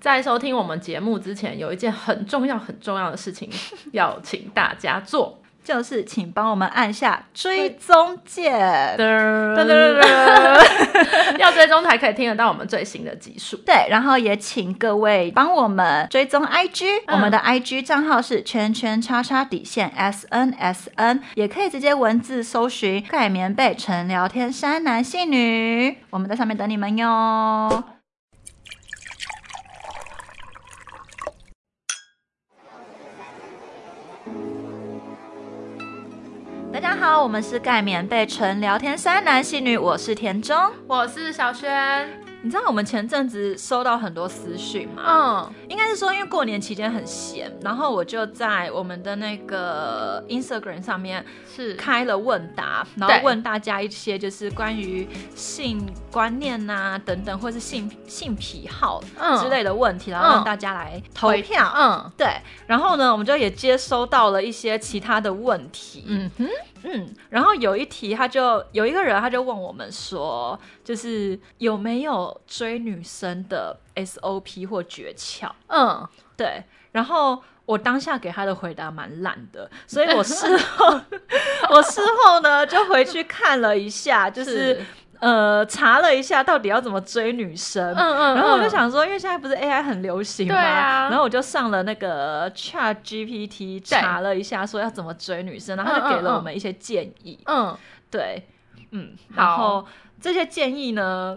在收听我们节目之前，有一件很重要、很重要的事情要请大家做。就是请帮我们按下追踪键。噔 噔噔噔 噔要追踪才可以听得到我们最新的集数。对，然后也请各位帮我们追踪 IG，、嗯我们的 IG 账号是圈圈叉叉底线 S N S N，也可以直接文字搜寻“盖棉被纯聊天山男性女”，我们在上面等你们哟。大家好，我们是盖棉被纯聊天山男性女，我是田中。我是小轩，你知道我们前阵子收到很多私讯吗？嗯，应该是说，因为过年期间很闲，然后我就在我们的那个 Instagram 上面是开了问答，然后问大家一些就是关于性观念呐、等等，或是性性癖好嗯之类的问题，然后让大家来投票。嗯对，然后呢，我们就也接收到了一些其他的问题，嗯哼，嗯，然后有一题，他就有一个人，他就问我们说，就是有没有追女生的 SOP 或诀窍？嗯，对，然后我当下给他的回答蛮烂的，所以我事后我事后呢就回去看了一下，就是呃查了一下到底要怎么追女生。嗯嗯，然后我就想说，因为现在不是 AI 很流行嘛，对啊然后我就上了那个 Chat GPT 查了一下，说要怎么追女生，然后他就给了我们一些建议。嗯，嗯，对，嗯，好然后这些建议呢，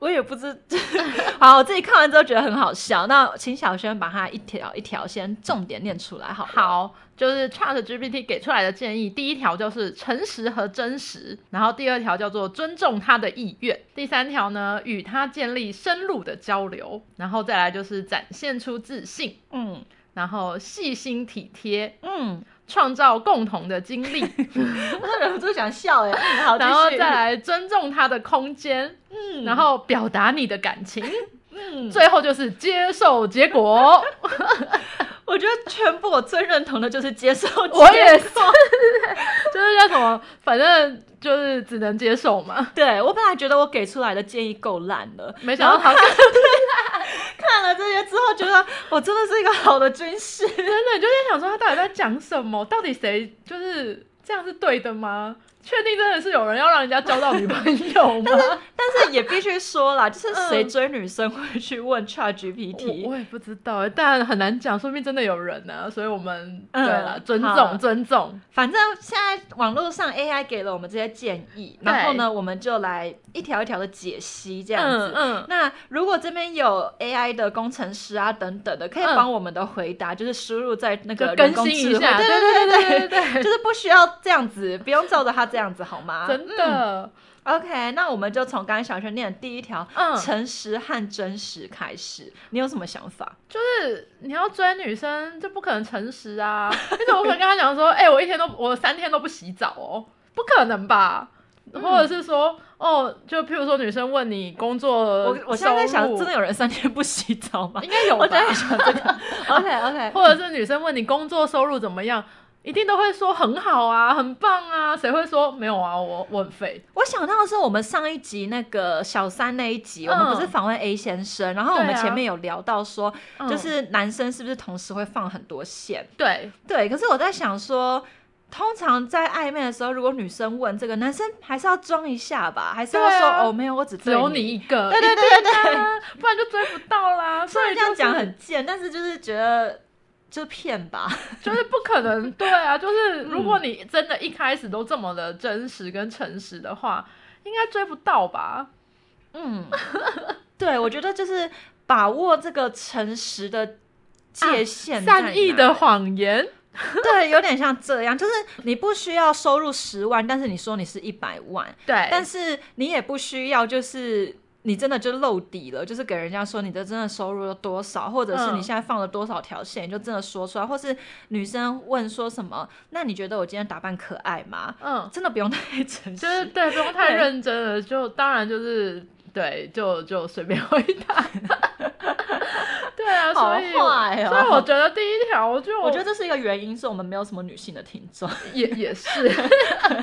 我也不知， 好，我自己看完之后觉得很好笑。那请小轩把它一条一条先重点念出来好，好，好，就是 Chat GPT 给出来的建议，第一条就是诚实和真实，然后第二条叫做尊重他的意愿，第三条呢，与他建立深入的交流，然后再来就是展现出自信，嗯然后细心体贴，嗯，创造共同的经历，我忍不住想笑哎、好，然后继续再，来尊重他的空间，嗯然后表达你的感情，嗯，最后就是接受结果。我觉得全部我最认同的就是接受，我也是， 就是叫什么，反正就是只能接受嘛。对我本来觉得我给出来的建议够烂了，没想到然他后看了这些之后，觉得我真的是一个好的军师。真的就在想说，他到底在讲什么？到底谁就是这样是对的吗？确定真的是有人要让人家交到女朋友吗？但是也必须说 啦，就是谁嗯追女生会去问 Chat GPT？我我也不知道，但很难讲，说不定真的有人呢、所以我们、嗯对了，尊好重尊重，反正现在网络上 AI 给了我们这些建议，对然后呢，我们就来一条一条的解析这这样子。嗯那如果这边有 AI 的工程师啊等等的，可以嗯帮我们的回答，就是输入在那就个人更工新智一慧，下，对对对对对对对就是不需要这样子，不用照着他这样子好吗？真的， OK，那我们就从刚才小轩念的第一条。嗯，诚实和真实开始，你有什么想法？就是你要追女生，就不可能诚实啊！ 你怎么可能跟她讲说，哎、我一天都我三天都不洗澡哦？不可能吧？嗯或者是说，哦，就譬如说女生问你工作我我现在在收想，入真的有人三天不洗澡 吗应该有我在吧？想这个。OK OK，或者是女生问你工作收入怎么样，一定都会说很好啊，很棒啊，谁会说没有啊？我我很废， 我想到的是我们上一集那个小三那一集，嗯我们不是访问 A 先生，然后我们对啊前面有聊到说，嗯就是男生是不是同时会放很多线？对，对，可是我在想说。通常在暧昧的时候，如果女生问这个，男生还是要装一下吧，还是要对说、啊哦没有，我只只对有你你。一个，对对对一定啊， 不然就追不到啦。所 虽然以这就样是讲很贱，但是就是觉得就骗吧。就是不可能， 对啊，就是如果嗯你真的一开始都这么的真实跟诚实的话，应该追不到吧？嗯， 对，我觉得就是把握这个诚实的界限、善意 的谎言，对，有点像这样，就是你不需要收入十万，但是你说你是一百万，对但是你也不需要就是。你真的就露底了，就是给人家说你的真的收入有多少，或者是嗯你现在放了多少条线，你就真的说出来，或是女生问说什么，那你觉得我今天打扮可爱吗？嗯，真的不用太诚实，就是对，不用太对认真了，就当然就是对，就就随便回答。 对啊，好所以我。坏哦。所以 我觉得第一条，我就我觉得这是一个原因，是我们没有什么女性的听众。也也是，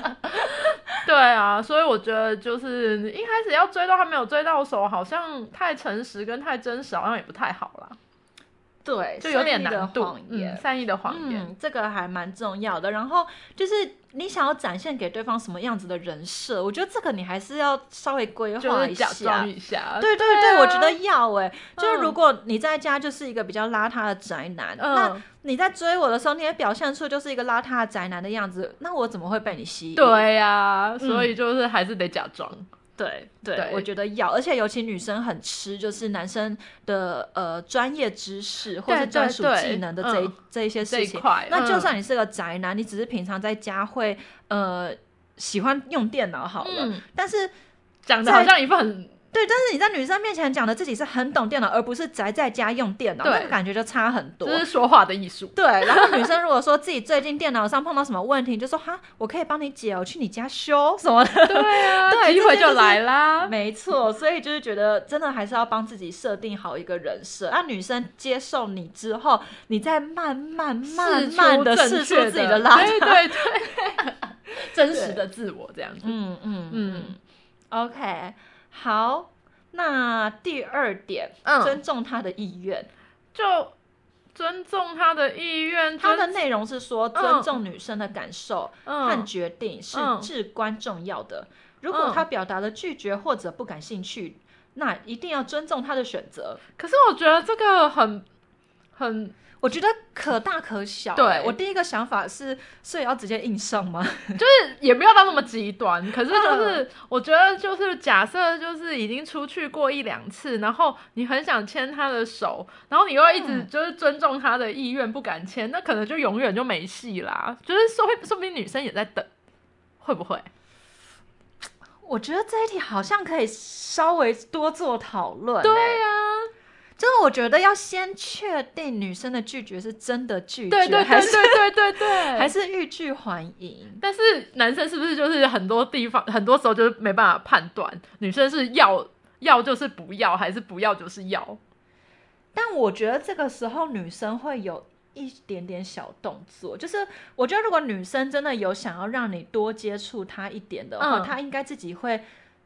对啊，所以我觉得就是一开始要追到他没有追到手，好像太诚实跟太真实好像也不太好啦， 对，就有点善意的难度。谎言嗯，善意的谎言，嗯，这个还蛮重要的。然后就是你想要展现给对方什么样子的人设，我觉得这个你还是要稍微规就划是一假下装。一下。对对对，对啊我觉得要哎、就是嗯如果你在家就是一个比较邋遢的宅男，那嗯，你在追我的时候，你也表现出就是一个邋遢的宅男的样子，那我怎么会被你嗯吸引？对呀、所以就是还是得假装。对对对我觉得要，而且尤其女生很吃就是男生的呃专业知识或对是对专属对技能的这一嗯这一些这事一情。块，那就嗯算你是个宅男，你只是平常在家会呃喜欢用电脑好了，嗯但是讲的在好像一副很对，但是你在女生面前讲的自己是很懂电脑，而不是宅在家用电脑，对那个感觉就差很多就。是说话的艺术，对，然后女生如果说自己最近电脑上碰到什么问题，就说哈，我可以帮你解哦，我去你家修什么 的。对啊，对机这会些就就是来 啦。没错，所以就是觉得真的还是要帮自己设定好一个人设，让、女生接受你之后，你再慢慢慢慢的正试出确自己的邋对，遢对对， 真实的自我这样子。嗯嗯嗯嗯，OK，好。那第二点，嗯，尊重他的意愿。就尊重他的意愿，它的尊内容是说，尊重女生的感受和嗯决定是嗯至关重要的。如果嗯他表达了拒绝或者不感兴趣，那一定要尊重他的选择。可是我觉得这个很很我觉得可大可小。对欸我第一个想法是，所以要直接硬上吗？ 就是也不要到那么极端，可是嗯就是、我觉得就是假设就是已经出去过一两次，然后你很想牵他的手，然后你又一直嗯就是尊重他的意愿不敢牵，那可能就永远就没戏啦。就是说会说不定女生也在等，会不会？我觉得这一题好像可以稍微多做讨论。对啊欸呀、就是我觉得要先确定女生的拒绝是真的拒绝，对对还对是对对对对，还是欲拒还迎。但是男生是不是就是很多地方很多时候就是没办法判断，女生是要要就是不要，还是不要就是要？但我觉得这个时候女生会有一点点小动作，就是我觉得如果女生真的有想要让你多接触她一点的话，嗯她应该自己会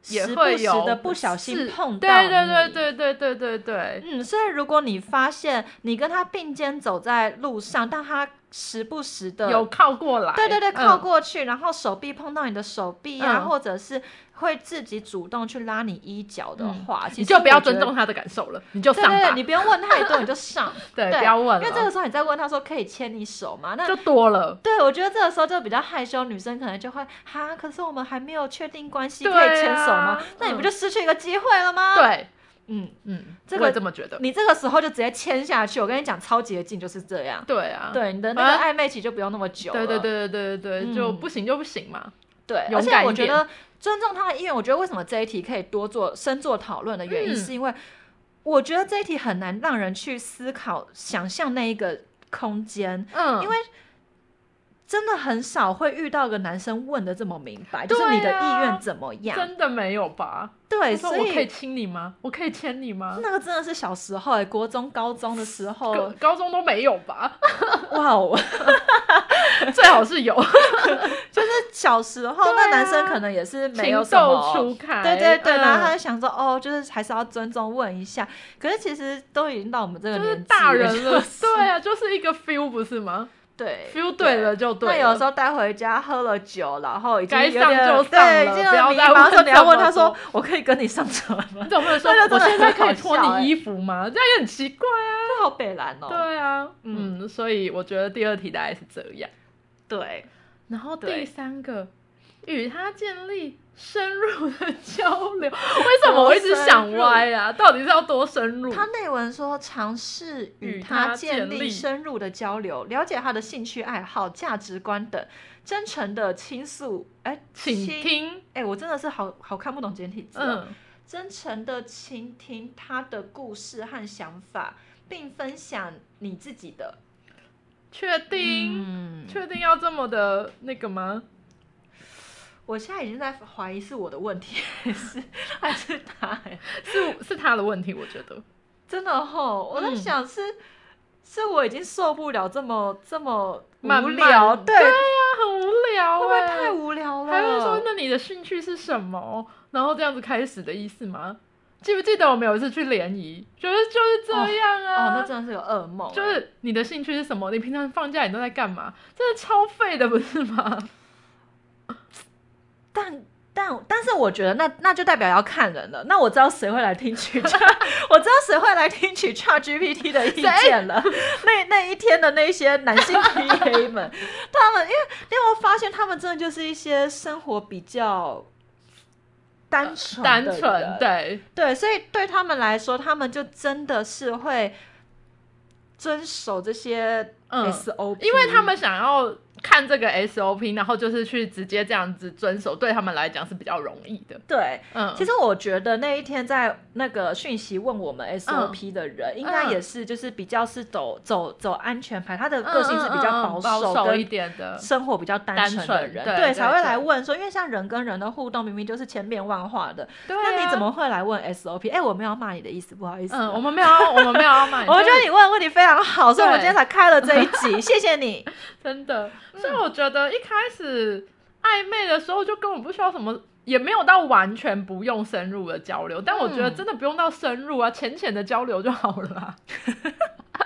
也时不会时有的不小心是碰到对对你对对对对对对，嗯，所以如果你发现你跟她并肩走在路上，但她时不时的有靠过来，嗯对对对，嗯靠，过去，然后手臂碰到你的手臂啊，嗯或者是会自己主动去拉你衣角的嗯话，其你实就不要我觉尊得重。他的感受了，你就对上对吧对，，你不用问太多，你 就上。对对不要问因为这了个，时候你再问他说可以牵你手吗？那就多了。对我觉得这个时候就比较害羞，女生可能就会哈，可是我们还没有确定关系，可对以牵手吗啊？那你嗯不就失去一个机会了吗？，对，嗯，嗯，这我也个这么觉得。你这个时候就直接牵下去，我跟你讲，超捷径就是这样。对啊，对，你的那啊个暧昧期就不用那么久了。对对对对对对，嗯就不行就不行嘛。对，勇而且敢我一觉点得尊重他的意愿，我觉得为什么这一题可以多做深做讨论的原因，嗯是因为我觉得这一题很难让人去思考、想象那一个空间，嗯，因为真的很少会遇到个男生问的这么明白，就对是你的意啊愿怎么样？真的没有吧？对，他说所我可以以亲你吗？我可以牵你吗？那个真的是小时候、欸，国中、高中的时高 候，高中都没有吧？ 哇哦，最好是有。就是小时候、对那男生啊可能也是 没情有窦什么初开，对对对，嗯然后他就想说，哦，就是还是要尊重问一下。可是其实都已经到我们这个就年纪是大人 了，就是对啊，就是一个 feel 不是吗对？feel 对。了就对那了。有时候带回家喝了酒，然后已经该有上点就上了对，已经不要迷再茫问的时候，你还问他这么说多：“我可以跟你上床吗 你怎么能说对啊我真的现在可以脱很好笑你衣服吗？这样也很奇怪。？”啊这好北蓝哦。对啊，嗯嗯，所以我觉得第二题大概是这样。对然后第对三个，与他建立深入的交 流。为什么我一直想歪啊？到底是要多深入？他内文说尝试与与他他建建立立深入的交流，了解他的兴趣爱好、价值观等，真诚的倾诉。哎，请倾。听，哎，我真的是好好看不懂简体字哦。嗯，真诚的倾听他的故事和想法，并分享你自己的。确定，嗯确定要这么的那个吗？我现在已经在怀疑是我的问题，还是还是他、欸？ 是是他的问题，我觉得。真的吼，我在嗯想是、这我已经受不了这么这么慢无慢聊，对，对啊，很无聊、欸，会不会太无聊了？还会说那你的兴趣是什么？然后这样子开始的意思吗？记不记得我们有一次去联谊，就是就是这样啊，哦，那真的是有噩梦欸，就是你的兴趣是什么？你平常放假你都在干嘛？真的超废的，不是吗？但但但是我觉得那那就代表要看人了。那我知道谁会来听取 Chat，我知道谁会来听取 Chat GPT 的意见了。那那一天的那些男性 PA 们， 他们因为因为我发现他们真的就是一些生活比较单纯、单纯，哦对对，对，所以对他们来说，他们就真的是会遵守这些嗯 SOP，、因为他们想要看这个 SOP，然后就是去直接这样子遵守，对他们来讲是比较容易的。对嗯，其实实我觉得那一天在那个讯息问我们 SOP 的人，应该也是就是比较是走走走安全牌，他的个性是比嗯较嗯保守保守一跟点的，生活比较单纯的人，单纯对对才会对来问说，因为像人跟人的互动，明明就是千变万化的，对、啊那你怎？么会来问 SOP？哎、我没有要骂你的意思，不好意思。嗯，我们没有要，我们没有要 骂你，我觉就是得你问的问题非常好，所以我们对今天才开了这一集，谢谢你。真的。所以我觉得一开始暧昧的时候就根本不需要什么，也没有到完全不用深入的交流。但我觉得嗯真的不用到深入啊，浅浅的交流就好了啊。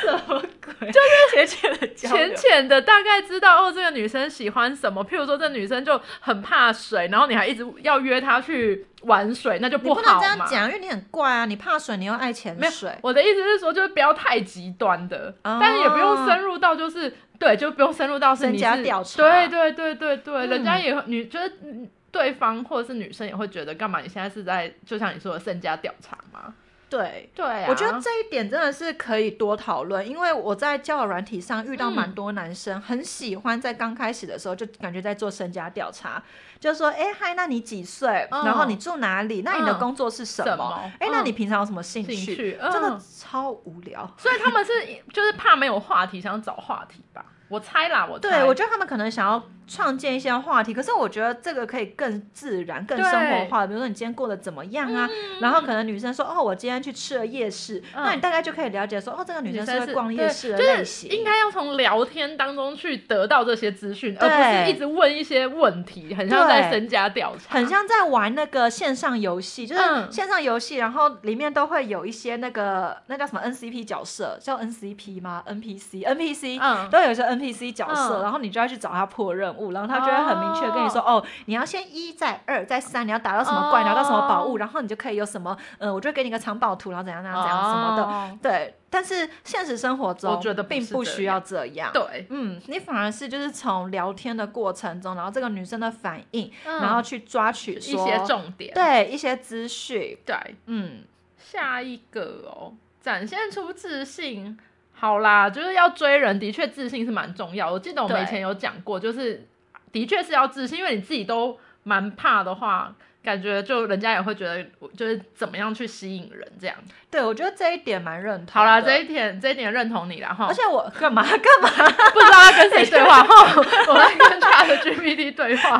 什么鬼？就是浅浅的交流 浅浅的大概知道哦，这个女生喜欢什么。譬如说，这女生就很怕水，然后你还一直要约她去玩水，那就你不能好这样嘛。讲，因为你很怪啊，你怕水，你又爱潜没有水，我的意思是说，就是不要太极端的，哦但是也不用深入到就是对，就不用深入到是增你加是调查对对对对对，嗯人家也会女就是嗯对方或者是女生也会觉得干嘛？你现在是在就像你说的身家调查嘛？对。对啊，我觉得这一点真的是可以多讨论，因为我在交友软体上遇到蛮多男生、很喜欢在刚开始的时候就感觉在做身家调查，就说：“哎、嗨，那你几岁？嗯然后你住哪里？那你的嗯工作是什什么么？哎、那嗯你平常有什么兴趣？”兴趣真的嗯超无聊。所以他们是就是怕没有话题，想找话题吧？我猜啦，我猜对，我觉得他们可能想要创建一些话题，可是我觉得这个可以更自然、更对生活化。比如说你今天过得怎么样啊？然后可能女生说：“哦，我今天去吃了夜市。嗯那你大概就可以了解说：“哦，这个女女生生是会逛对夜市的就是类型。应该要从聊天当中去得到这些资讯，而不对是一直问一些问题，很像在对身家调查，很像在玩那个线上游戏，就是嗯线上游戏，然后里面都会有一些那个那叫什么 NCP 角色，叫 NCP 吗？NPC，NPC，嗯都有一些 NPC 角色，嗯然后你就要去找他破任务，然后他就会很明确跟你说，哦，你要先一再二再三，你要打到什么怪，哦拿到什么宝物，然后你就可以有什么，嗯，我就给你个藏宝图，然后怎样怎样怎样啊什么的，么对。但是现实生活中，哦我觉得不并是不这需要这样。的，对，嗯，你反而是就是从聊天的过程中，然后这个女生的反应，嗯然后去抓取一说些重点，对一些资讯，对，嗯，下一个哦，展现出自信。好啦，就是要追人，的确自信是蛮重要。我记得我们对以前有讲过，就是的确是要自信，因为你自己都蛮怕的话，感觉就人家也会觉得就是怎么样去吸引人这样。对我觉得这一点蛮认同的。好啦，这一点这一点认同你啦哈而。且我 干嘛干嘛？不知道要跟谁 对 话，后我在跟 Chat GPT 对话，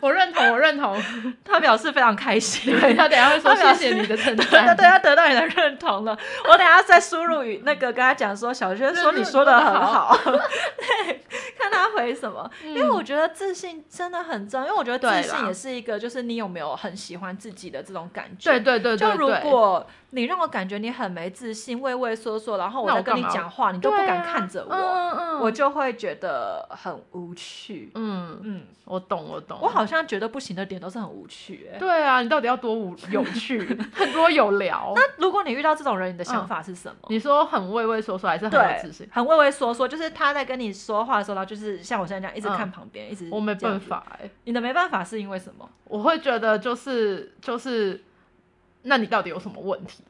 我认同，我认同。他表示非常开心。 对他等一下会说他表谢示谢你的称啊对啊对赞，对，他得到你的认同了。我等一下再输入语那个跟他讲说，小轩说你说的很好， 对，看他回什么。嗯因为我觉得自信真的很重要，因为我觉得对自信啦也是一个，就是你有没有很喜欢自己的这种感觉。对对对对就对，如果你让我感觉你很没自信、畏畏缩缩，然后我那在我跟干你嘛讲话，你都不对敢啊看着我，嗯嗯我就会觉得很无趣。嗯，嗯，我懂我懂，我好像觉得不行的点都是很无趣、欸。对啊，你到底要多无有 趣，很多有聊。那如果你遇到这种人，你的想法是什么？你说很畏畏缩缩，还是很有自嗯对信，？很畏畏缩缩，就是他在跟你说话的时候，然后就是像我现在这样，一直嗯看旁边，一直我没这样办子。法哎、你的没办法是因为什么？我会觉得就是就是，那你到底有什么问 题？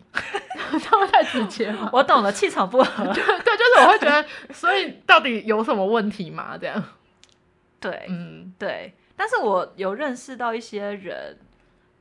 他们太直接了。 我懂了，气场不合。 对，就是我会觉得，所以到底有什么问题嘛？这样， 对嗯，对，但是我有认识到一些人，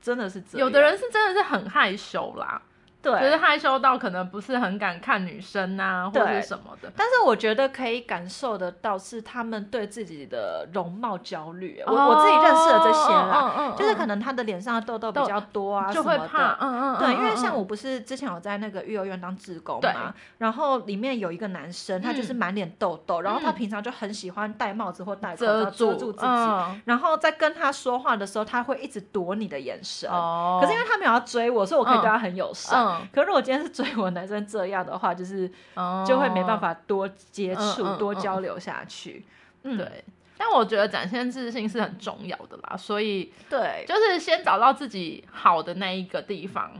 真的是这样。有的人是真的是很害羞啦，就是对。害羞到可能不是很敢看女生啊，或对者什么的。但是我觉得可以感受得到，是他们对自己的容貌焦虑。我、哦我自己认识的这些啦，嗯嗯嗯就是可能他的脸上的痘痘比痘较多啊，嗯就会怕，。嗯嗯，对，嗯因为嗯像嗯我不是之前有在那个育幼院当志工对嘛，然后里面有一个男生，他就是嗯满脸痘痘，然后他嗯平常就很喜欢戴帽子或戴口遮罩住遮住自己，嗯然后在跟他说话的时候，他会一直躲你的眼神。哦，可是因为他没有要追我，所以我可以对他很友善。嗯，可是如果今天是追我的男生这样的话，就是哦就会没办。法多接触、嗯嗯多交流下去。嗯，对，但我觉得展现自信是很重要的啦，所以对，就是先找到自己好的那一个地方。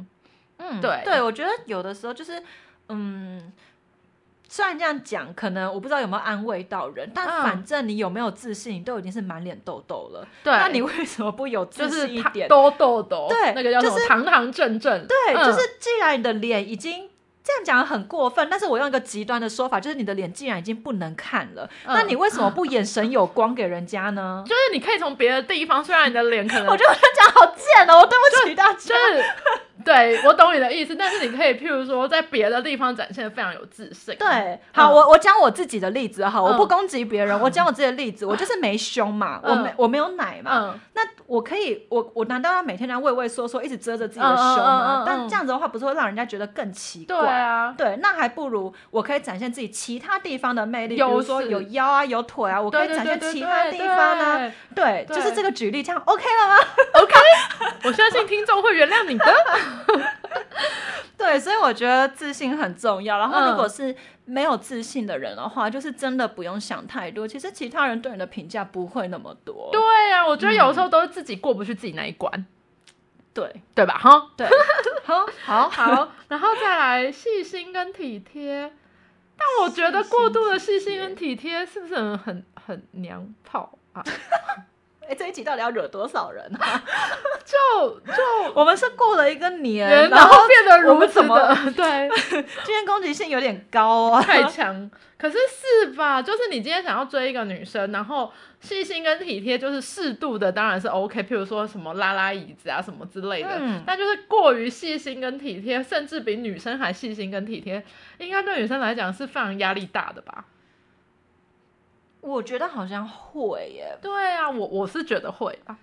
嗯，对对，我觉得有的时候就是，嗯，虽然这样讲，可能我不知道有没有安慰到人，但嗯反正你有没有自信，你都已经是满脸痘痘了，对，那你为什么不有就自是信一他点？兜兜兜，对那个叫什么就是堂堂正正，对，嗯就是既然你的脸已经。这样讲很过分，但是我用一个极端的说法，就是你的脸既然已经不能看了，嗯那你为什么不眼神有光给人家呢？就是你可以从别的地方，虽然你的脸可能 我觉得我这样讲好贱哦，我对不起大家。就是， 对我懂你的意思，但是你可以譬如说在别的地方展现的非常有自信。对，好，嗯我我讲我自己的例子哈，我嗯不攻击别人，我讲我自己的例子，我就是 没胸嘛，我没嗯我没有奶嘛，嗯，那我可以，我我难道要每天这样畏畏缩缩，一直遮着自己的嗯嗯嗯胸吗嗯？但嗯这样子的话，不是会让人家觉得更奇对怪？啊，对，那还不如我可以展现自己其他地方的魅力，比优如说势有腰啊，有腿啊，我可以对展对现对其对他地方啊。对对，对就是这个举例，这样 OK 了吗？ OK，我相信听众会原谅你的。 对，所以我觉得自信很重要。然后，嗯如果是没有自信的人的话，就是真的不用想太多。其实其他人对你的评价不会那么多。对啊，我觉得有时候都是自己过不去自己那一关，对对吧？哈，对，好好好， 然后再来细心跟体贴。但我觉得过度的细心跟体贴是不是很很很娘炮啊？哎、这一集到底要惹多少人啊？ 就就我们是过了一个年，人，然然后后变得我如们此怎 么的对。今天攻击性有点高啊。太强，可是是吧？就是你今天想要追一个女生，然后细心跟体贴就是适度的，当然是 OK。譬如说什么拉拉椅子啊什么之类的，嗯但就是过于细心跟体贴，甚至比女生还细心跟体贴，应该对女生来讲是非常压力大的吧？ 我觉得好像会耶。对啊，我我是觉得会吧，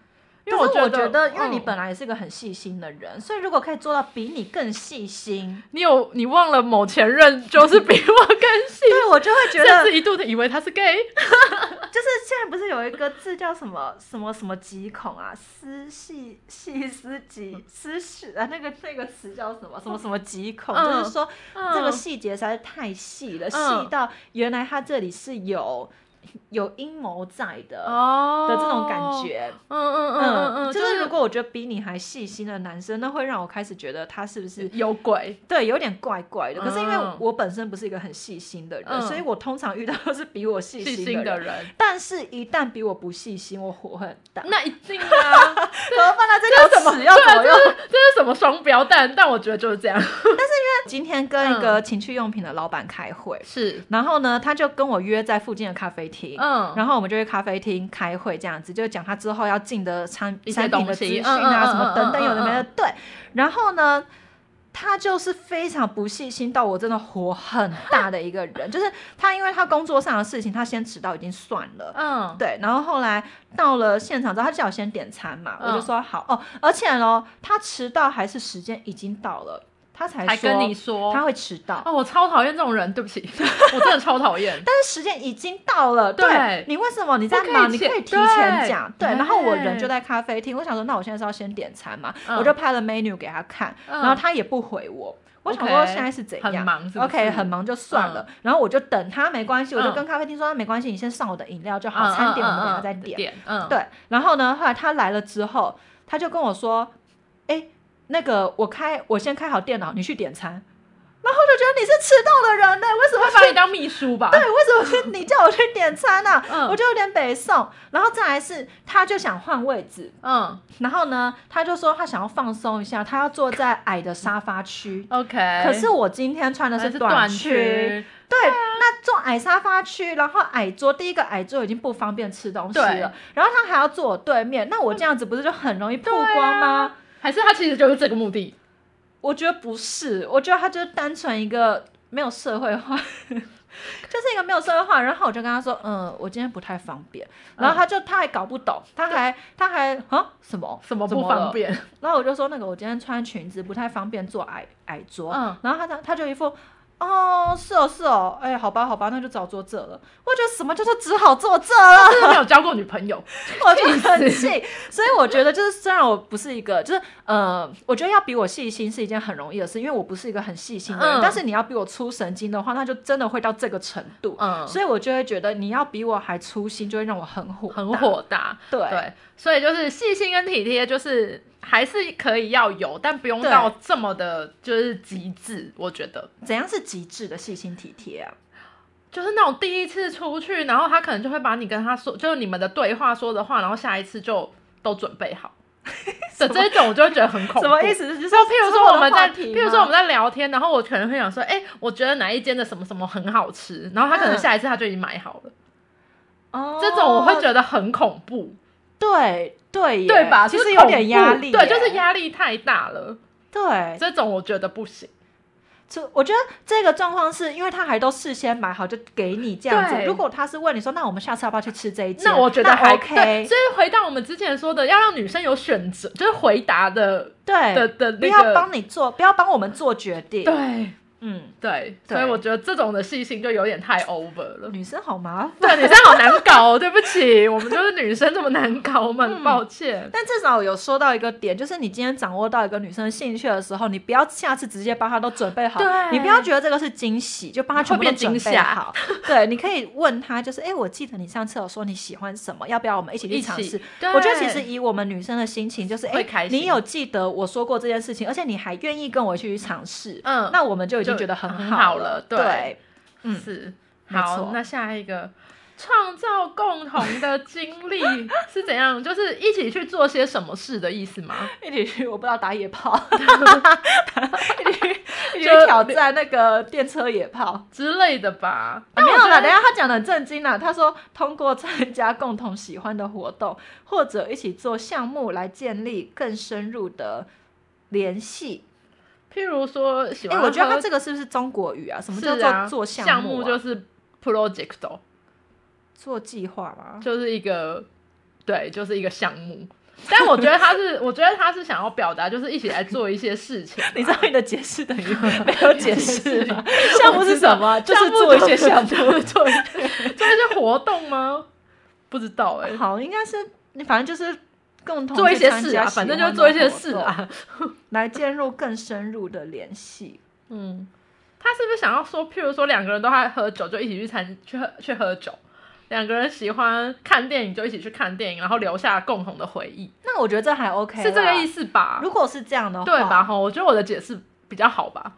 因因为为我觉得，觉得，因为你嗯本来也是个很细心的人，所以如果可以做到比你更细心，你有你忘了某前任就是比我更细 对我就会觉甚得，至一度的以为他是 gay，就是现在不是有一个字叫什么什么什么极恐啊，思细细思嗯极思绪啊，那个那个词叫什么什么什么极恐，嗯就是说嗯这个细节实在是太细了，细、嗯到原来他这里是有有阴谋在的。哦的这种感，觉，嗯嗯嗯嗯嗯，嗯，就是如果我觉得比你还细心的男生，那会让我开始觉得他是不是有鬼。对，有点怪怪的。可是因为嗯我本身不是一个很细心的人，嗯所以我通常遇到都是比我细细的心人。的人，但是，一旦比我不细心，我火会很大。那一定啊！怎么办呢？这条么屎要怎么对啊用？这是什么双标但但我觉得就是这嗯样，今天跟一个情趣用品的老板开会，是，然后呢，他就跟我约在附近的咖啡厅。嗯，然后我们就去咖啡厅开会，这样子就讲他之后要进的产一些产品的东资西讯嗯嗯啊，嗯什么等等，嗯嗯有的没的。对，然后呢，他就是非常不细心到我真的火很大的一个人，就是他因为他工作上的事情，他先迟到已经算了。嗯，对，然后后来到了现场之后，他叫我先点餐嘛，嗯我就说好哦。而且呢，他迟到还是时间已经到了，他才还说跟你说，他会迟到。哦，我超讨厌这种人，对不起， 我真的超讨厌，但是时间已经到了，对你为什么你在不可以忙？你可前以提前对讲，对。对然后我人就在咖啡厅，我想说，那我现在是要先点餐嘛，嗯我就拍了 menu 给他看，嗯然后他也不回我。我想 OK，说现在是怎样很忙是不是 o k 很忙就算了。然后我就等他，没关系，我就嗯跟咖啡厅说啊没关系，你先上我的饮料就好，嗯餐点嗯我们等一下嗯再嗯点。点，嗯，对，然后呢，后来他来了之后，他就跟我说：“哎，那个我开，我先开好电脑，你去点餐。”然后我就觉得你是迟到的人呢、为什么会把你当秘书吧？对，为什么是你叫我去点餐呢、啊？嗯我就有点北宋。然后再来是，他就想换位置，嗯然后呢，他就说他想要放松一下，他要坐在矮的沙发区。 ，OK，可是我今天穿的还是是短裙，裙，对，那坐矮沙发区，然后矮桌，第一个矮桌已经不方便吃东西对了，然后他还要坐我对面，那我这样子不是就很容易曝对啊光吗？还是他其实就是这个目的，我觉得不是，我觉得他就是单纯一个没有社会化， 就是一个没有社会化。然后我就跟他说，嗯，我今天不太方便。然后他就他还搞不懂，他还他还啊什么什么怎不了方便？ 然后我就说那个我今天穿裙子不太方便坐矮矮桌，嗯然后他他他就一副。哦，是哦，是哦，哎，好吧，好吧，那就早坐这了。我觉得什么叫做只好坐这了，真的没有交过女朋友， 我就很气死气。所以我觉得，就是虽然我不是一个，就是呃，我觉得要比我细心是一件很容易的事，因为我不是一个很细心的人。嗯但是你要比我粗神经的话，那就真的会到这个程度。嗯，所以我就会觉得你要比我还粗心，就会让我很火，很。火大。对，对，所以就是细心跟体贴，就是还是可以要有，但不用对到这么的，就是极致。我觉得怎样是极致的细心体贴啊？就是那种第一次出去，然后他可能就会把你跟他说，就是你们的对话说的话，然后下一次就都准备 好。的这种我就会觉得很恐怖。什么意？思？就是就譬如说我们在，之后的话题吗譬如说我们在聊天，然后我可能会想说，哎、我觉得哪一间的什么什么很好吃，然后他可能嗯下一次他就已经买好了，哦，这种我会觉得很恐怖，对对耶对吧？其就实是有恐点怖压力，对，就是。压力太大了，对，这种我觉得不行。就我觉得这个状况是因为他还都事先买好就给你这样子。对如果他是问你说，那我们下次要不要去吃这一间？那我觉得还对， OK，所以回到我们之前说的，要让女生有选择，就是回答的对的的不那要个，帮你做，不要帮我们做决定。，对嗯，对，对所以我觉得这种的细心就有点太 over 了。女生好麻烦。对，女生好难搞、哦，对不起，我们就是女生这么难搞，我们嗯很抱歉。但至少有说到一个点，就是你今天掌握到一个女生的兴趣的时候，你不要下次直接帮她都准备好，对你不要觉得这个是惊喜，就帮她全部会都变惊准备吓好。对，你可以问她，就是哎、诶我记得你上次有说你喜欢什么，要不要我们一起去一尝起试？对我觉得其实以我们女生的心情，就是哎、会开心你有记得我说过这件事情，而且你还愿意跟我一起去尝试，嗯那我们就已经就觉得很很好好了对对，嗯是没好错，那下一个。创造共同的经历 是怎样？就是一起去做些什么事的意思吗？一起去，我不知道打 野炮， 一起去一起就去挑战那个电车野炮。之类的吧？啊没有了，啦，等一下他讲的很震惊啦。他说，通过参加共同喜欢的活动，或者一起做项目来建立更深入的联系。譬如说喜哎、欢喝，我觉得他这个是不是中国语啊？什么叫是啊做做项项目、啊？就是 project，做计划吗？就是一个对，就是一个项目。但我觉得他是，我觉得他是想要表达，就是一起来做一些事情吧。你知道你的解释等于没有解释吗？ 项目我是知道什么？就项是目做一些项目。做一些做一些活动吗？不知道哎、好，应该是你反正就是共同做一去些参事加啊，喜反正欢就是的做一些活事动，啊。来进入更深入的联系。嗯，他是不是想要说，譬如说两个人都爱喝酒，就一起去参去喝去喝酒；两个人喜欢看电影，就一起去看电影，然后留下共同的回忆，那我觉得这还 OK，是这个意思。思吧？如果是这样的话，对吧？？哈，我觉得我的解释比较好吧，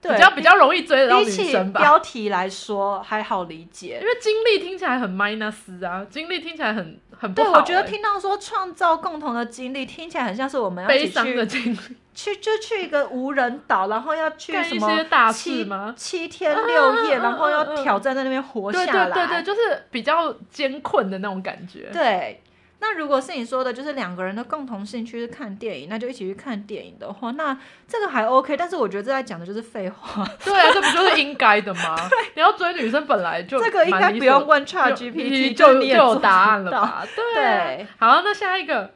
对，比较比较容易追得到女比起生吧。标题来说还好理因解。为经历听起来很 minus 啊，经历听起来很很不对，好、我觉得欸听到说创造共同的经历，听起来很像是我们要悲一起伤的去经历，去就去一个无人岛，然后要去干什一么些大七事吗七天六夜，嗯嗯嗯然后嗯要嗯挑战在那边活对下对来。对对，就是比较艰困的那种感觉。对，那如果是你说的，就是两个人的共同兴趣是看电影，那就一起去看电影的话，那这个还 OK。但是我觉得这在讲的就是废话，对啊，这不就是应该的 吗？你要追女生本来就这个应该蛮理不所用问就 Chat GPT，就你也有做答案得了到？ 吧？对啊对好，那下一个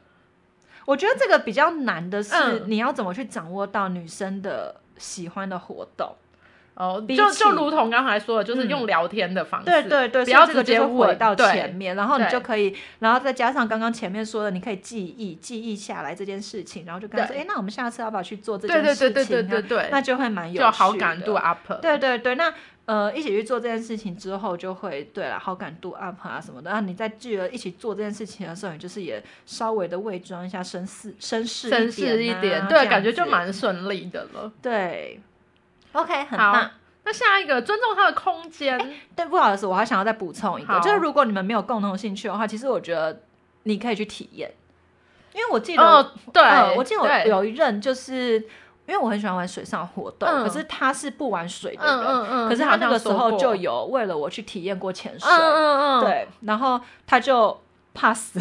我觉得这个比较难的是，嗯你要怎么去掌握到女生的喜欢的活动？哦，比就起就如同刚才说的，就是嗯用聊天的方式，对对对，不要所以这直个接就是回问到对前面，然后你对就可以，然后再加上刚刚前面说的，你可以记忆记忆下来这件事情，然后就跟他说，对哎，那我们下次要不要去做这对件事对情对啊？对对对对，那就会蛮有就好趣感的度啊 up。对对对，那呃，一起去做这件事情之后，就会对了，好感度 up 啊什么的。那你在聚了一起做这件事情的时候，你就是也稍微的伪装一下绅士，绅士绅士一一点啊点，这对，样感觉就子蛮顺利的了。对。OK，很好棒。那下一个尊重他的空间，但不好意思，我还想要再补充一个好，就是如果你们没有共同兴趣的话，其实我觉得你可以去体验，因为我记得我哦，对呃，我记得我对有一任就是因为我很喜欢玩水上活动，嗯可是他是不玩水的嗯人，嗯嗯，可是他他那好像个时说候过嗯就有为了我去体验过潜水，嗯嗯嗯，对，然后他就怕死。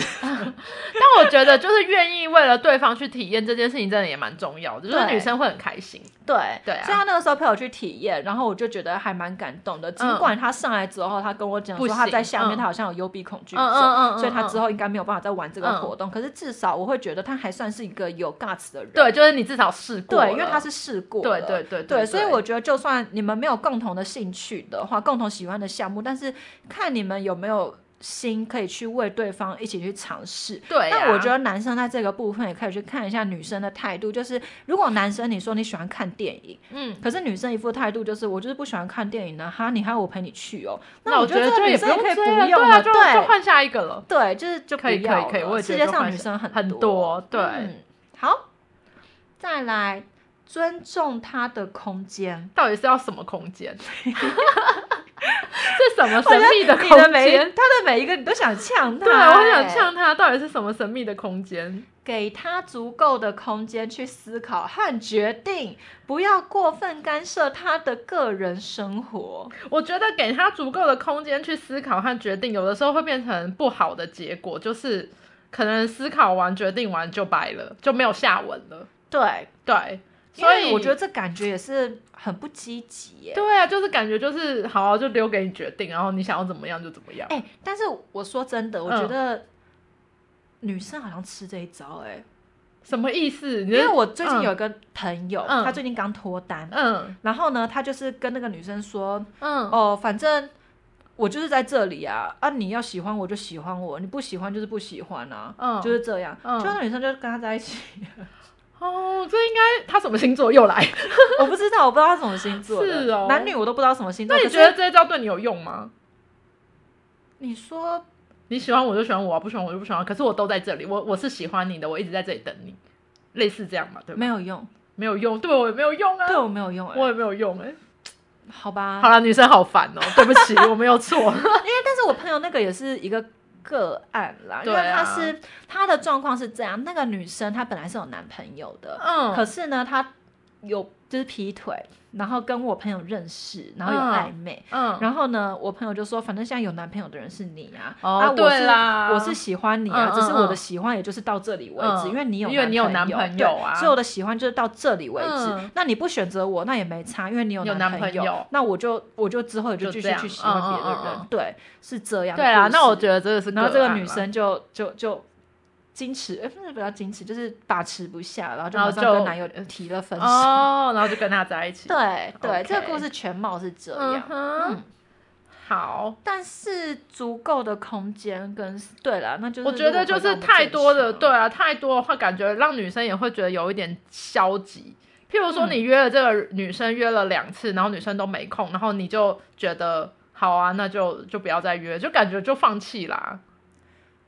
但我觉得就是愿意为了对方去体验这件事情，真的也蛮重要的，就是对女生会很开心。 对对啊所以他那个时候陪我去体验，然后我就觉得还蛮感动的。尽管他上来之后，他跟我讲嗯不说行他在下面嗯他好像有幽闭恐惧嗯症，嗯嗯嗯所以他嗯之后应该没有办法再玩这个活动。可是至少我会觉得他还算是一个有 guts 的人，对，就是你至少试过了，对，因为他是试过对了，对对对，所以我觉得，就算你们没有共同的兴趣的话，共同喜欢的项目，但是看你们有没有心可以去为对方一起去尝试。对啊，但我觉得男生在这个部分也可以去看一下女生的态度，就是如果男生你说你喜欢看电影，嗯，可是女生一副态度就是我就是不喜欢看电影呢、啊哈，你还要我陪你去哦，那我觉得得这个就女也不生用也可以追不了，用啊，了，就就换下一个了。对，就是就可以不要可以可以了我也觉得世界就上换女下生很很多多对嗯好，再来尊重她的空间。到底是要什么空 间？是什么我觉神得秘的你空的每一间？她的每一个你都想呛 她，对，我很想欸，呛他，到底是什么神秘的空间？给她足够的空间去思考和决定，不要过分干涉她的个人生活。我觉得给他足够的空间去思考和决定，有的时候会变成不好的结果，就是可能思考完、决定完就掰了，就没有下文了。对，对，因所为以我觉得这感觉也是很不积极耶。对啊，就是感觉就是好、就留给你决定，然后你想要怎么样就怎么样。哎、但是我说真的，我嗯觉得女生好像吃这一招哎、什么意思？因因为我最近有一个朋友，嗯他最近刚脱单，嗯然后呢，他就是跟那个女生说，嗯哦，反正我就是在这里啊，啊，你要喜欢我就喜欢我，你不喜欢就是不喜欢啊，嗯就是这样。嗯就那女生就跟他在一 起，哦，这应该他什么星座又来？ 我不知道，我不知道他什么星座的，是哦男女我都不知道什么星座。那你可是觉得这一招对你有用吗？你说你喜欢我就喜欢我啊，不喜欢我就不喜欢啊。可是我都在这里，我我是喜欢你的，我一直在这里等你，类似这样嘛，对吧？没有用，没有用，对我也没有用啊，对我没有用、欸，我也没有用哎、好吧，好了，女生好烦 哦、对不起，我没有错。但是我朋友那个也是一个个案啦，因为对啊她是她的状况是这样，那个女生她本来是有男朋友的，嗯可是呢，她有就是劈腿，然后跟我朋友认识，然后有嗯暧昧。嗯，然后呢，我朋友就说，反正现在有男朋友的人是你啊，哦啊，我对是啦我是喜欢你啊，嗯嗯只是我的喜欢也就是到这里为嗯止，因为你有因为你有男朋啊朋友啊对所以我的喜欢就是到这里为止。嗯那你不选择我，那也没差，因为你有有男朋友那我就我就之后也就就继这续样去喜欢别的人，嗯嗯嗯嗯对，是这样的对啊故事。啦，那我觉得这个是个然案后啦，这个女生就就就矜持，哎，不是不要矜持，就是把持不下，然后就然马后上就跟男友呃提了分手。哦，然后就跟他在一起，对对 OK 这个故事全貌是这嗯样。哼，嗯好。但是足够的空间跟对啦，那就是我觉得如果就回到是我们太多的，正常对啊，太多的话，感觉让女生也会觉得有一点消极。譬如说，嗯你约了这个女生约了两次，然后女生都没空，然后你就觉得好啊，那就就不要再约，就感觉就放弃啦。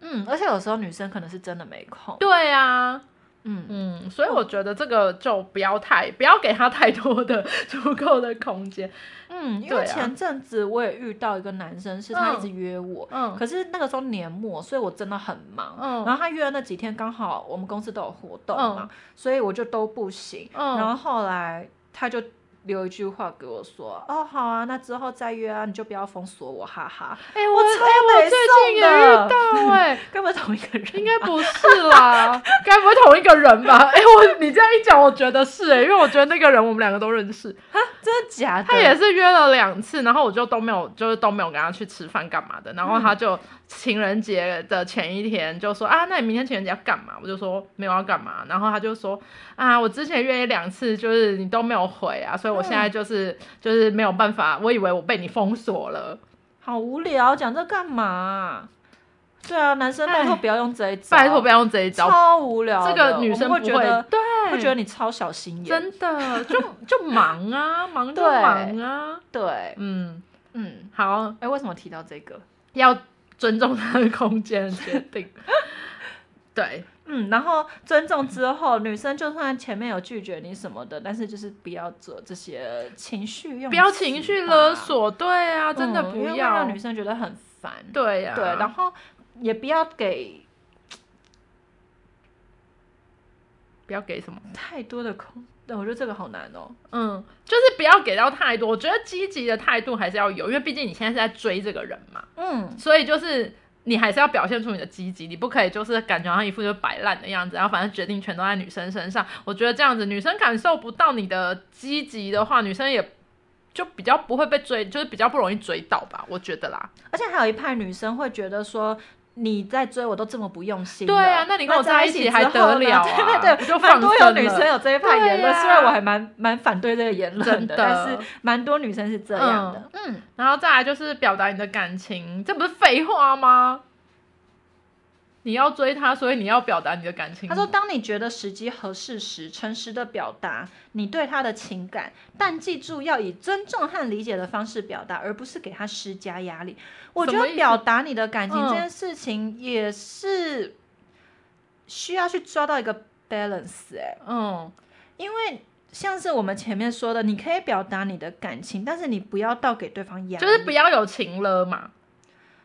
嗯，而且有时候女生可能是真的没空，对啊，嗯，嗯，所以我觉得这个就不要太不要给他太多的 足够的空间。嗯，因对为啊前阵子我也遇到一个男生，是他嗯一直约我，嗯可是那个时候年末，所以我真的很忙。嗯然后他约的那几天刚好我们公司都有活动嗯嘛，所以我就都不行。然嗯后后来他就留一句话给我说：“哦，好啊，那之后再约啊，你就不要封锁我，哈哈。哎、我我超哎我北最近也宋遇的到哎、”根本同一个人，应该不是啦， 该不会同一个人吧？ 哎、我你这样一讲，我觉得是哎、因为我觉得那个人我们两个都认识，真 的假的？他也是约了两次，然后我就都没有，就是都没有跟他去吃饭干嘛的。然后他就情人节的前一天就说啊，那你明天情人节要干嘛？我就说没有要干嘛。然后他就说啊，我之前约你两次，就是你都没有回啊，所以我现在就是、就是没有办法，我以为我被你封锁了。好无聊，讲这干嘛啊、对啊，男生拜托唉不要用这一招，拜托不要用这一招，超无聊的。这个女生我不们会觉得，对，会觉得你超小心眼。真的，就就忙啊，忙就对忙啊。对，嗯，嗯，好，哎，为什么提到这个？要尊重他的空间的决 定。对，嗯，然后尊重之后，女生就算前面有拒绝你什么的，但是就是不要做这些情绪用，不要情绪勒，索，对啊，嗯真的因不为会要。让女生觉得很烦。对啊呀、对，然后后也不要给不要给什么，太多的空。对，我觉得这个好难哦。嗯，就是不要给到太多。我觉得积极的态度还是要有，因为毕竟你现在是在追这个人嘛，嗯，所以就是。你还是要表现出你的积极，你不可以就是感觉好像一副就是摆烂的样子，然后反正决定权都在女生身上。我觉得这样子，女生感受不到你的积极的话，女生也就比较不会被追，就是比较不容易追到吧，我觉得啦。而且还有一派女生会觉得说。你在追我都这么不用心了，对啊那你跟我在在一一起起还之后得呢了啊 对对对，不就蛮放多有生女了生有这一派对言论，呀虽然我还蛮蛮反对这个言论真的的，但是蛮多女生是这样的。嗯，然后再来就是表达你的感情，这不是废话吗？你要追他，所以你要表达你的感情。他说，当你觉得时机合适时，诚实的表达你对他的情感，但记住要以尊重和理解的方式表达，而不是给他施加压力。我觉什么得意思表达你的感情嗯这件事情也是需要去抓到一个 balance 哎、嗯，因为像是我们前面说的，你可以表达你的感情，但是你不要到给对方压力，就是不要有情了嘛，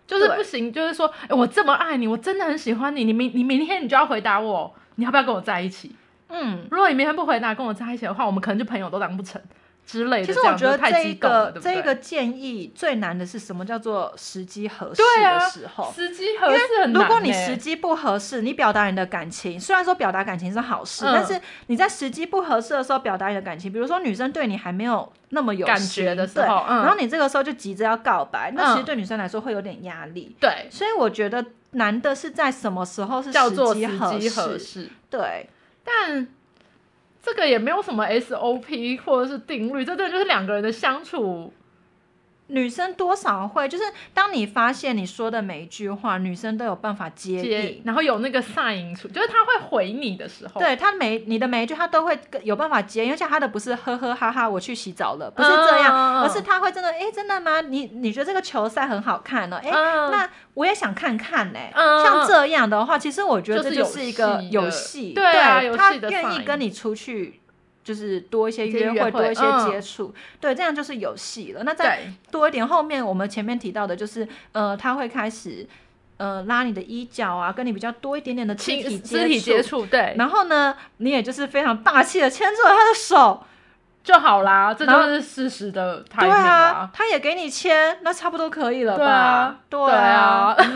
就是对不行，就是说，哎，我这么爱你，我真的很喜欢你，你明你明天你就要回答我，你要不要跟我在一起？嗯。如果你明天不回答跟我在一起的话，我们可能就朋友都当不成之类的。其实这我样觉得就太这激一动了个对不这对一个建议最难的是什么叫做时机合适对啊的时候？时机合适很难欸、如果你时机不合适，你表达你的感情，虽然说表达感情是好事，嗯但是你在时机不合适的时候表达你的感情，比如说女生对你还没有那么有感心觉的时对候嗯然后你这个时候就急着要告白，那其实嗯对女生来说会有点压力。对所以我觉得难的是在什么时候是叫做时合机合适。适，对，但这个也没有什么 SOP 或者是定律，这真的就是两个人的相处。女生多少会，就是当你发现你说的每一句话，女生都有办法接接应。然后有那个 sign 出，就是他会回你的时候，对她每你的每一句，她都会跟有办法接应，而且她的不是呵呵哈哈，我去洗澡了，不是这嗯样，嗯嗯而是她会真的，哎，真的吗？你你觉得这个球赛很好看哦，哎、嗯那我也想看看呢、嗯嗯像这样的话，其实我觉就得这是就是一个游有戏，戏的对啊游她戏的愿意 sign 跟你出去，就是多一些一些约约会会，多一些嗯接触，对，这样就是有戏了。那在对多一点。后面我们前面提到的，就是呃，他会开始呃拉你的衣角啊，跟你比较多一点点的肢体亲接肢体接触。触，对，然后呢，你也就是非常霸气的牵住了他的手，就好啦，这然后就是事实的态对度啊，。他也给你牵，那差不多可以了对吧啊？对对啊嗯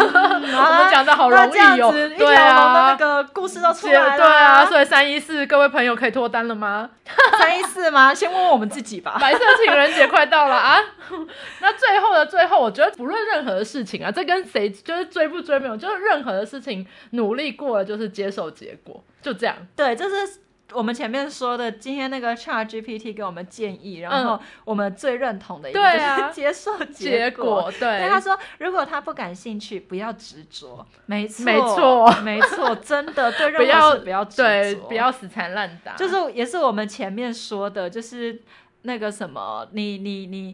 好我啊们讲的好容那这样易哦、子一条对龙的那啊，个故事都出接来了，对啊，所以三一四各位朋友可以脱单了 吗？三一四吗？先问问我们自己吧。白色情人节快到了啊！ 那最后的最后，我觉得不论任何的事情啊，这跟谁就是追不追没有，就是任何的事情努力过了就是接受结果，就这样。对，这是我们前面说的，今天那个 Chat GPT 给我们建议，然嗯后我们最认同的一个对啊就是接受结果。果对对，他说，如果他不感兴趣，不要执着。没错，没错，没错，真的对不任何要事不要执着，对，不要死缠烂打，就是也是我们前面说的，就是那个什么，你你你，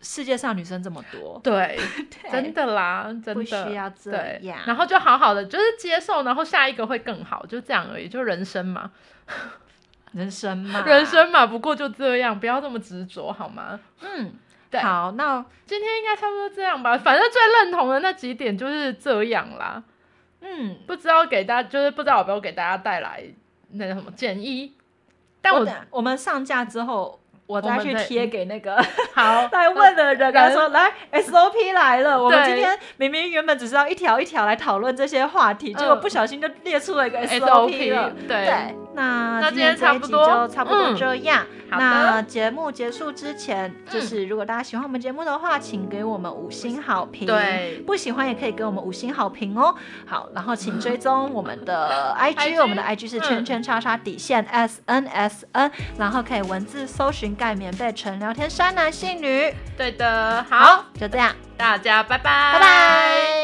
世界上女生这么多，对， 对真的啦，真的不需要这对样，然后就好好的就是接受，然后下一个会更好，就这样而已，就人生嘛，人生嘛，人，生嘛，不过就这样，不要这么执着好吗？嗯，对好，那今天应该差不多这样吧，反正最认同的那几点就是这样啦。嗯，不知道给大家，就是不知道有没有给大家带来那叫什么建议。但我我等我们上架之后，我再我们去再贴给那个好 来问的人，然后说来 SOP 来了。我们对今天明明原本只是要一条一条来讨论这些话题，嗯结果不小心就列出了一个 SOP 了。对对，那那今天今天差这一不集多就差不多嗯这样。好的嗯那节目结束之前，就是如果大家喜欢我们节目的话，请给我们五星好评。对不喜欢也可以给我们五星好评哦。好，然后请追踪我们 的 IG， IG 我们的 IG 是嗯圈圈叉叉底线 S N S N，然后可以文字搜寻盖棉被纯聊天山男性女。对的，好，好，就这样，大家拜拜，拜拜。